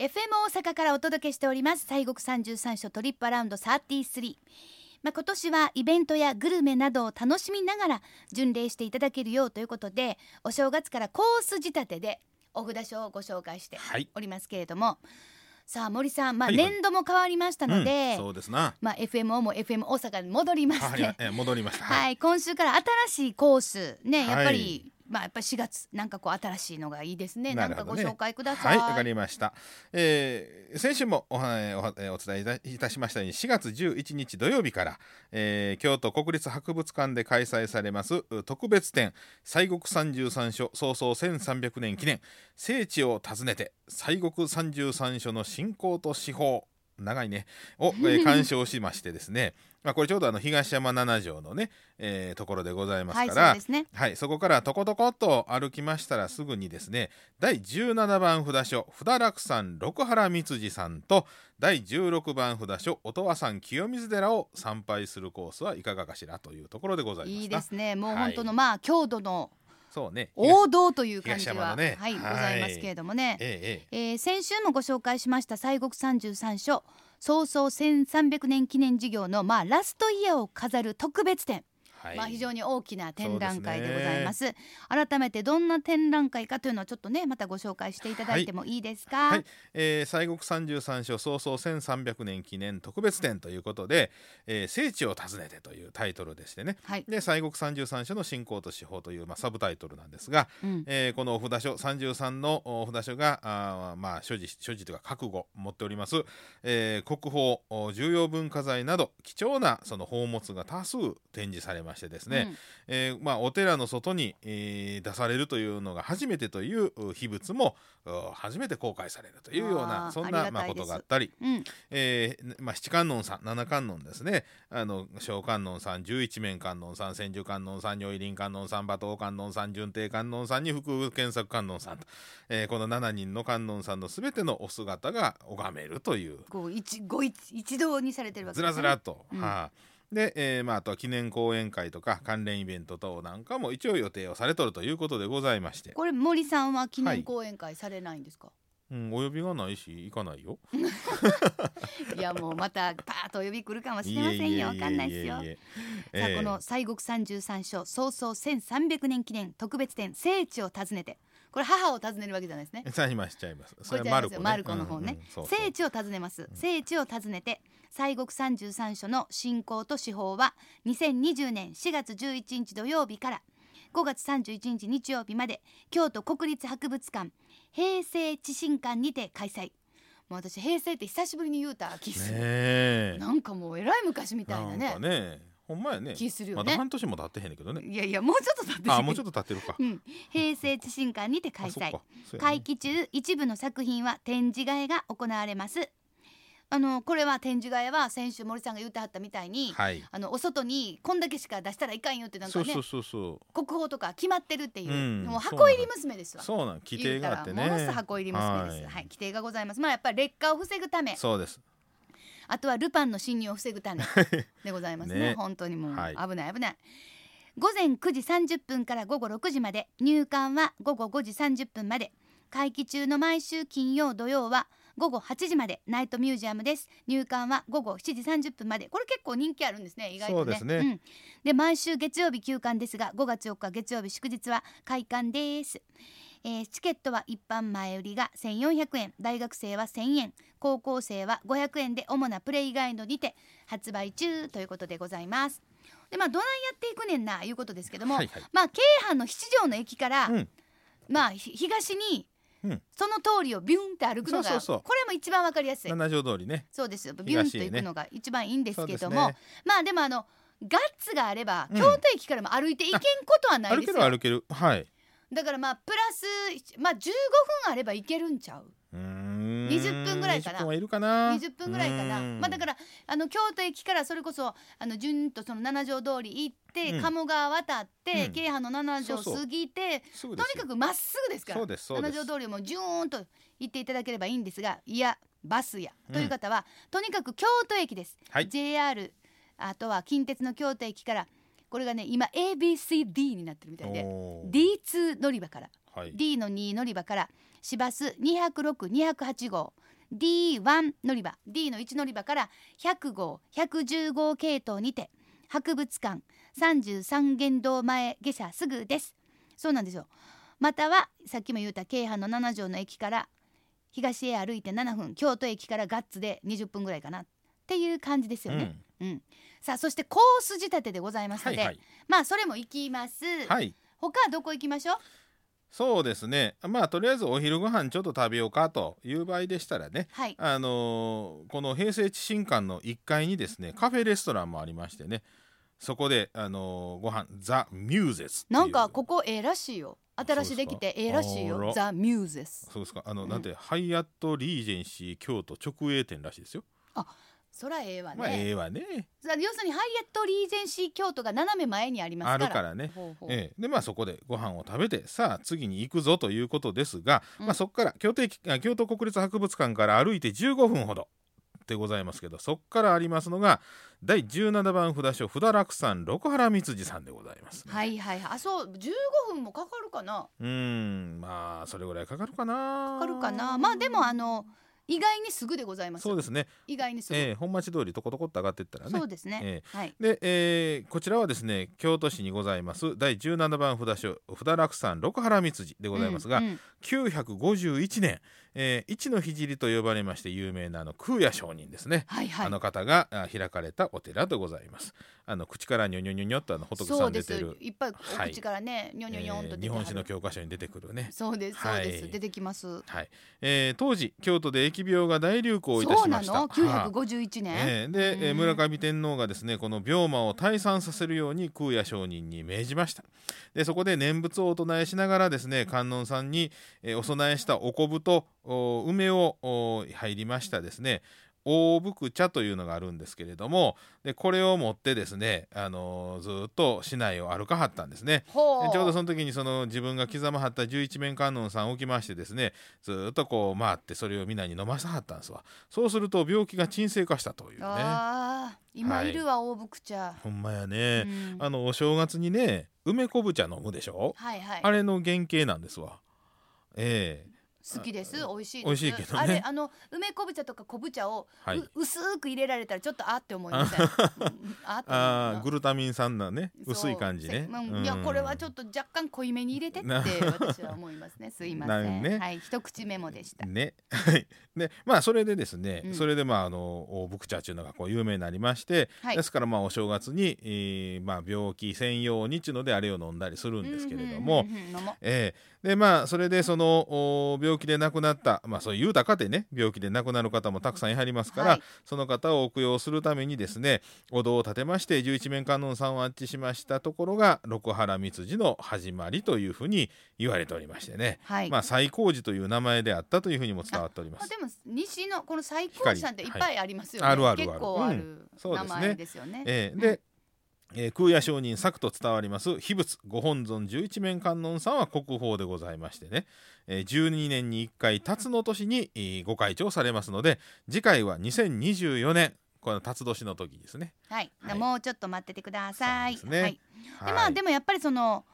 FM 大阪からお届けしております西国三十三所トリップアラウンド33まあ、今年はイベントやグルメなどを楽しみながら巡礼していただけるようということでお正月からコース仕立てでお札書をご紹介してはいおりますけれども、さあ森さん、まあ、はいはい年度も変わりましたので、うんそうですな。まあ、FMO も FM 大阪に戻りまあしありてが、えー戻りました。。はいい、今週から新しいコースね、やっぱはりい、まあやっぱり4月なんかこう新しいのがいいですね。ななんるかほごどね紹介くださ。はいい、わかりました。えー、先週もおはえーおはえーお伝えいたいたしましたように、4月11日土曜日から、えー京都国立博物館で開催されますう特別展、西国三十三所創創1300年記念、聖地を訪ねて、西国三十三所の信仰と司法、長いね、を、え ー鑑賞しましてですね、まあ、これちょうどあの東山七条のね、えーところでございますはい、かそうら、ですね。はい、そこからとことこと歩きましたらすぐにですね第17番札所札楽さん六原光次さんと第16番札所音羽山清水寺を参拝するコースはいかがかしらというところでございますいいですね。もうはい本当の、まあ郷土のそうね王道という感じ東山は、のねはいごはいざいますけれどもね。ええええー先週もご紹介しました西国三十三所創創1300年記念事業のまあラストイヤーを飾る特別展。えはい、まあ非常にに大きな展覧会でそうごですねざいます改めてどんな展覧会かというのをちょっとねまたご紹介していただいてもいいですか、はいえー、西国三十三所創創1300年記念特別展ということで、えー聖地を訪ねてというタイトルでしてねはい、で西国三十三所の信仰と司法という、まあ、サブタイトルなんですが、うん、えーこのお札所33のお札所があー、まあ、所持所持というか覚悟持っております、えー国宝お重要文化財など貴重なその宝物が多数展示されましてですね、えーまあ、お寺の外に、えー出されるというのが初めてというう秘仏もう初めて公開されるというようあなーそんあなりがまあたいこですとがあったり、うん、うん、えーまあ、七観音さん七観音ですねあの小観音さん十一面観音さん千手観音さん如意輪観音さん馬頭観音さん順帝観音さんに福建作観音さんと、えーこの7人の観音さんのすべてのお姿が拝めるというこう一ご一一堂にされてるわけずですねらずらっと、うんはいで、えーまあ、あとは記念講演会とか関連イベント等なんかも一応予定をされとるということでございまして、これ森さんは記は念い講演会されないんですか、うん、お呼びがないし行かないよ。い、やもうまたパーッとお呼び来るかもしれませんよわかんないですよええさあこの西国三十三所創創1300年記念特別展聖地を訪ねてこれ母を訪ねるわけじゃないですね さあ今しちゃいます。これじゃああれですよマルコの方ねうんうんそうそう聖地を訪ねます聖地を訪ねて西国三十三所の信仰と司法は2020年4月11日土曜日から5月31日日曜日まで京都国立博物館平成地震館にて開催もう私平成って久しぶりに言うた気する、ねえなんかもうえらい昔みたいなねんかねほんまやね気するよまねだ半年も経ってへんねんけどねいやいやもうちょっとだってあもうちょっとと経ってるかうん、平成地震館にて開あそっ催かそうやね会期中一部の作品は展示替えが行われますあのこれは展示替えは先週森さんが言ってはったみたいに、はいあのお外にこんだけしか出したらいかんよってなんかそねうそうそうそ国宝とか決まってるっていう、うんもう箱入り娘ですうわそうなん規定があってね言うたらものすごい箱入り娘ですはい、はい規定がございますまあやっぱり劣化を防ぐためそうですあとはルパンの侵入を防ぐためでございますねね本当にもうはい危ない危ない、午前9時30分から午後6時まで入館は午後5時30分まで会期中の毎週金曜土曜は午後8時までナイトミュージアムです入館は午後7時30分までこれ結構人気あるんですね意外とねそうですねんで毎週月曜日休館ですが5月4日月曜日祝日は開館ですえーチケットは一般前売りが1400円大学生は1000円高校生は500円で主なプレイガイドにて発売中ということでございますでまあどないやっていくねんないうことですけども、はいはいまあ京阪の七条の駅から、うんまあひ東にうんその通りをビュンって歩くのがそうそうそうこれも一番わかりやすい七条通りねそうですビュンと東へね行くのが一番いいんですけども、そうですまあでもあのガッツがあればうん京都駅からも歩いていけんことはない歩ですけよ、る歩けるはいだからまあプラスまあ15分あればいけるんちゃううーん20分ぐらいかな20分はいるかな20分ぐらいかな、まあ、だかららあの京都駅からそれこそあのじゅんとその七条通り行って、うん鴨川渡って、うん京阪の七条そうそう過ぎてすぐですとによかくまっすぐですからそうですそうで七す条通りをもうジューンと行っていただければいいんですがいやバスやという方は、とにかく京都駅です、はい JR あとは近鉄の京都駅からこれがね今 ABCD になってるみたいでおー D2 乗り場からはい D の2乗り場から市バス206-208号 D1 乗り場 D の1乗り場から100号110号系統にて博物館33元堂前下車すぐですそうなんですよまたはさっきも言った京阪の7条の駅から東へ歩いて7分京都駅からガッツで20分ぐらいかなっていう感じですよね、うんさあそしてコース仕立てでございますはのいで、はいまあそれも行きます、はい他どこ行きましょうそうですねまあとりあえずお昼ご飯ちょっと食べようかという場合でしたらねはいあのーこの平成地震館の1階にですねカフェレストランもありましてねそこで、あのーご飯ザ・ミューゼスっていうなんかここええらしいよ新しいできてええらしいあらよザ・ミューゼスそうですかあの、うんなんてハイアット・リージェンシー京都直営店らしいですよ、そらええわね、まあええわねさ要するにハイアット・リージェンシー京都が斜め前にありますあからるからねほうほうええ、でまあそこでご飯を食べてさあ次に行くぞということですが、うんまあ、そこから京都駅あ京都国立博物館から歩いて15分ほどでございますけどそこからありますのが第17番札所札楽さん六原光次さんでございます、はいはいはいあそう15分もかかるかなうーんまあそれぐらいかかるかなかかるかなまあでもあの意外にすぐでございますそうですね、意外にすぐ、ええ、本町通りとことこっと上がっていったらねそうですね、えはいで、えーこちらはですね京都市にございます第17番札所札楽さん六原光次でございますが、うんうん951年、えー一の聖と呼ばれまして有名なあの空也上人ですね、はいはいあの方があ開かれたお寺でございますあの口からニョニョニョニョっとあの仏そさうんで出すてる、いっぱいはおい口からね、にょにょにょんえと出ーて日は本る史の教科書に出てくるねそうですそうです、はい出てきますはい、えー当時京都で疫病が大流行いたそうしなましたのはい951年、ええで、えーうん村上天皇がですねこの病魔を退散させるように空也上人に命じましたでそこで念仏をお唱えしながらですね観音さんに、えーお供えしたお昆布とお梅をお入りましたですね大福茶というのがあるんですけれどもでこれを持ってですね、あのーずーっと市内を歩かはったんですねほでうちょうどその時にその自分が刻まはった十一面観音さんを置きましてですねずーっとこう回ってそれを皆に飲まさはったんですわそうすると病気が鎮静化したというねああ今はいいるわ、大福茶、ほんまやうね、んあのお正月にね梅昆布茶飲むでしょ、はいはいあれの原型なんですわええ好きです美味しいです美味しいけどねあれあの梅昆布茶とか昆布茶を、はいう薄く入れられたらちょっとあって思いませんうんあって思うなあーグルタミン酸なね薄い感じね、そうせうんいやこれはちょっっと若干濃いめに入れてってな私は思いますねすいません、なねはい一口メモでしたね、 はいでまあそれでですね、うんそれでまああの大福茶というのがこう有名になりまして、はいですからまあお正月に、えーまあ、病気専用にっちゅうのであれを飲んだりするんですけれども、うんうんうんうん飲もうええでまあそれでそのお病気で亡くなったまあそういう豊かでね病気で亡くなる方もたくさんいはりますから、はいその方をお供養するためにですねお堂を建てまして十一面観音さんを安置しましたところが六原光次の始まりというふうに言われておりましてね。はい、まあ、最高寺という名前であったというふうにも伝わっておりままあす。でも西のこの最高寺さんっていっぱいありますよね、光はいあるあるある結構あるそうで名すね前ですよね,、えーで、えー空也上人作と伝わります秘仏ご本尊十一面観音さんは国宝でございましてね、えー12年に1回辰の年に、えーご開帳されますので次回は2024年この辰年の時ですね。はい、はいもうちょっと待っててくださいそうですねはいでまあでもやっぱりその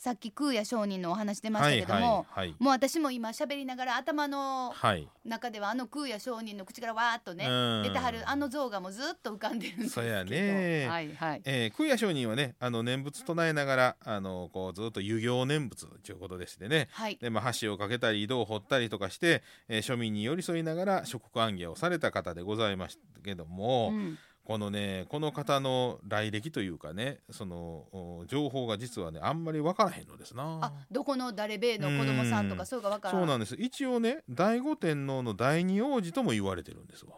さっき空也上人のお話出ましたけども、はいもう私も今喋りながら頭のはい、中ではあの空也上人の口からわーっとねうん出てはるあの像がもうずっと浮かんでるんですけどそうやねはいはいえー、空也上人はねあの念仏唱えながらあのこうずっと遊行念仏ということでしてねはいで、まあ、橋を架けたり井戸を掘ったりとかして、えー庶民に寄り添いながら諸国暗芸をされた方でございましたけども、うんこのねこの方の来歴というかねそのお情報が実はねあんまり分からへんのですあな。どこの誰べの子供さんとうかんそうがわからそうんなんです一応ね醍醐天皇の第二王子とも言われてるんですわ。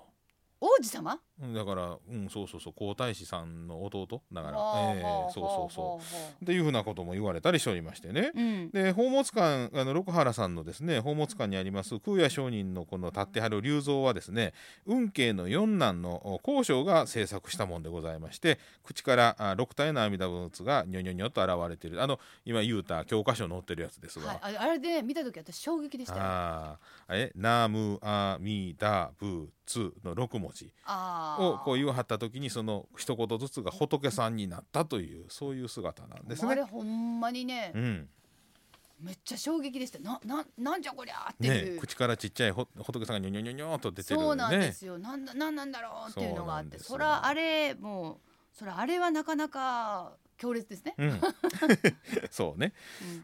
王子様うんだから、うん、そうそうそう皇太子さんの弟だから、ほええほそうそうそほほう。っていうふうなことも言われたりしておりましてね。うんで宝物館あの六原さんのですね宝物館にあります空也上人のこの立ってはる龍像はですね運慶の四男のお孔祥が制作したもんでございまして口からあ六体の阿弥陀仏がニョニョニョと現れているあの今言うた教科書に載ってるやつですが、はい、ああれで見た時私衝撃でしたよあーえナムアミダブツの六文字あーをこう言わはった時にその一言ずつが仏さんになったというそういう姿なんですあれね。ほんまにねう、んめっちゃ衝撃でしたなななんじゃこりゃーっていう、ね、口からちっちゃいほ仏さんがにょにょにょにょっと出てるそうなんでねすよ、なんだなんなんだろうっていうのがあっそうなんてですそらあれもうそらあれはなかなか強烈ですね、うん そうね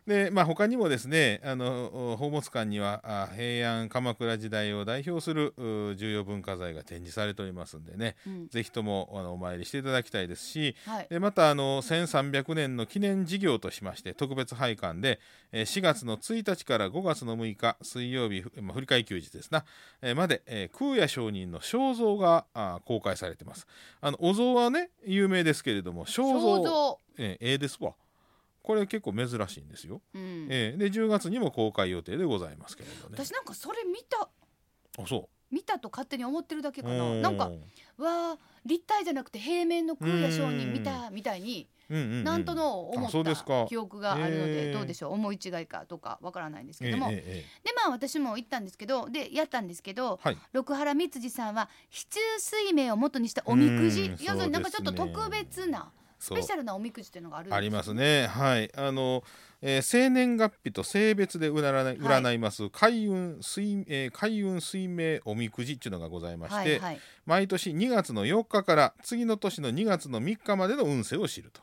でまあ他にもですねあのお宝物館にはあ平安鎌倉時代を代表するう重要文化財が展示されておりますんでねうんうんぜひともあのお参りしていただきたいですしはい、でまたあの1300年の記念事業としまして特別拝観でえー4月の1日から5月の6日水曜日、ふまあ、振り替え休日ですな、えーまで、えー空也上人の肖像があー公開されてますあのお像はね有名ですけれども肖像肖像、えー、ええですわこれ結構珍しいんですよ、うんえーで10月にも公開予定でございますけれどね私なんかそれ見たあそ見たと勝手に思ってるだけうかななんかうわあ立体じゃなくて平面の空也上人見たみたいにうんうんうんなんとのう思あそうですったか記憶があるのへでえどうでしょう思い違いかどうかわからないんですけえどもーえでーえまあ私も行ったんですけどでやったんですけどーはい六原光次さんは市中水明を元にしたおみくうじん要するになんかちょそっうとですね特別なスそうペシャルなおみくじっていうのがあるんですありますねはいあの、えー、生年月日と性別で占い占います、開運水、えー、開運水明おみくじっていうのがございまして、はいはい毎年2月の4日から次の年の2月の3日までの運勢を知ると、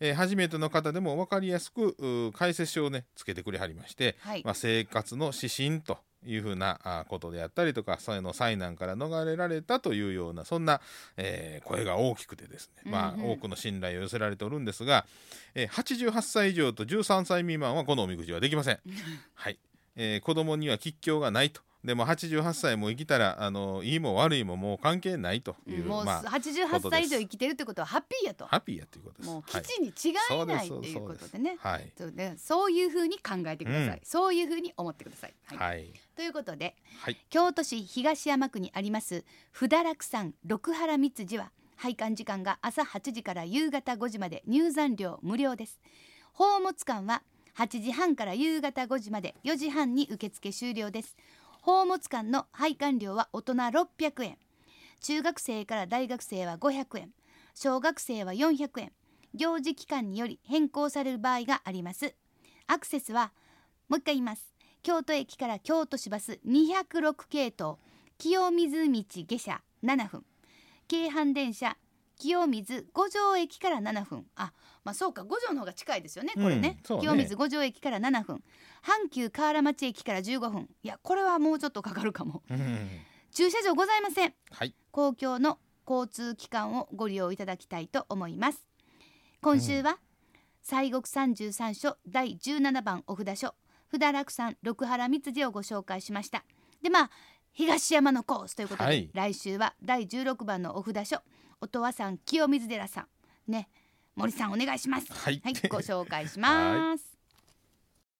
えー初めての方でも分かりやすくうー解説書をねつけてくれはりまして、はいまあ、生活の指針というふうなあーことであったりとかその災難から逃れられたというようなそんな、えー声が大きくてですね、まあうんうん多くの信頼を寄せられておるんですが、えー88歳以上と13歳未満はこのおみくじはできません。 はいえー子供には吉凶がないとでも88歳も生きたらあのいいも悪いももう関係ないという、もうまあ、 88歳以上生きてるってことはハッピーやとハッピーやということです。もうは基い地に違いないそっうてでいすうそうこですとでねはい、そうねそういうふうに考えてください、うんそういうふうに思ってください、はいはいということではい京都市東山区にあります不堕落山六原三寺は拝観時間が朝8時から夕方5時まで入山料無料です宝物館は8時半から夕方5時まで4時半に受付終了です宝物館の拝観料は大人600円中学生から大学生は500円小学生は400円行事期間により変更される場合がありますアクセスはもう一回言います京都駅から京都市バス206系統清水道下車7分京阪電車清水五条駅から7分あ、まあそうか五条の方が近いですよねこれね,、うんそうね清水五条駅から7分阪急河原町駅から15分いやこれはもうちょっとかかるかもうん駐車場ございませんはい公共の交通機関をご利用いただきたいと思います今週は、西国三十三所第十七番お札所不堕落山六原三次をご紹介しましたでまあ東山のコースということで、はい来週は第十六番のお札所音羽 さん清水寺さんね森さんお願いしますはいご紹介します